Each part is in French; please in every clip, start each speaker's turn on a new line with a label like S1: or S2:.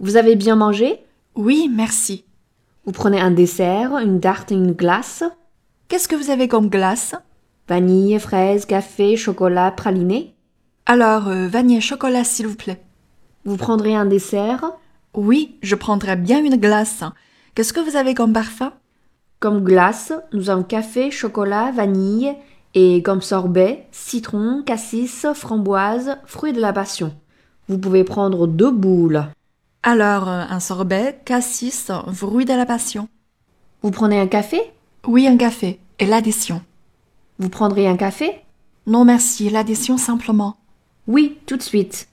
S1: Vous avez bien mangé
S2: Oui, merci.
S1: Vous prenez un dessert, une tarte et une glace
S2: Qu'est-ce que vous avez comme glace
S1: Vanille, fraise, café, chocolat, praliné
S2: Alors, euh, vanille et chocolat, s'il vous plaît.
S1: Vous prendrez un dessert
S2: Oui, je prendrais bien une glace. Qu'est-ce que vous avez comme parfum
S1: Comme glace, nous avons café, chocolat, vanille et comme sorbet, citron, cassis, framboise, fruit de la passion. Vous pouvez prendre deux boules.
S2: Alors, euh, un sorbet, cassis, fruit de la passion.
S1: Vous prenez un café
S2: Oui, un café. Et l'addition
S1: Vous prendrez un café
S2: Non, merci, l'addition simplement.
S1: Oui, tout de suite.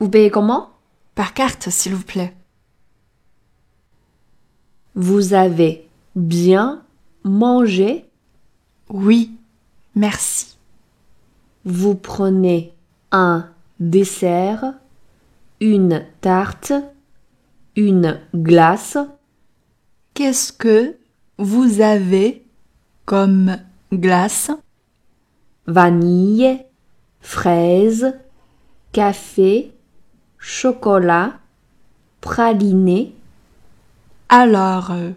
S1: Vous payez comment
S2: Par carte, s'il vous plaît.
S1: Vous avez bien mangé.
S2: Oui, merci.
S1: Vous prenez un dessert, une tarte, une glace.
S2: Qu'est-ce que vous avez comme glace
S1: vanille, fraise, café, chocolat, praliné,
S2: Alors, euh,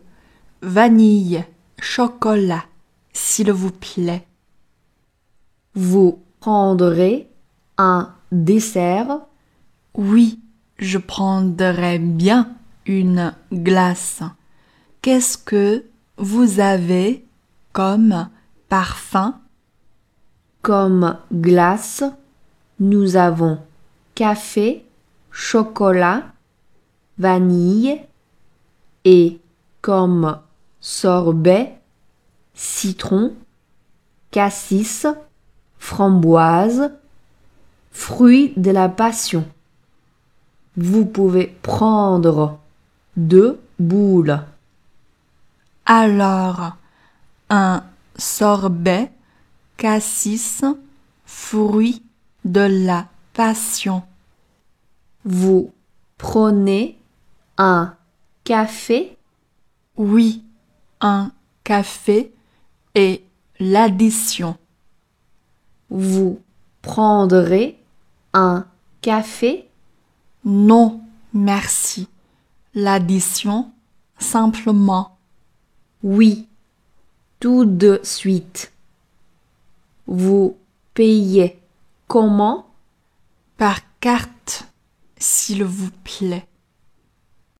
S2: vanille, chocolat, s'il vous plaît.
S1: vous prendrez un dessert,
S2: Oui, je prendrais bien une glace. Qu'est-ce que vous avez comme parfum
S1: comme glace, nous avons café, chocolat, vanille et comme sorbet, citron, cassis, framboise, fruit de la passion. Vous pouvez prendre deux boules.
S2: Alors, un sorbet, cassis, fruit de la passion.
S1: Vous prenez un café
S2: Oui, un café et l'addition.
S1: Vous prendrez un café.
S2: Non, merci. L'addition simplement.
S1: Oui. Tout de suite. Vous payez comment
S2: Par carte, s'il vous plaît.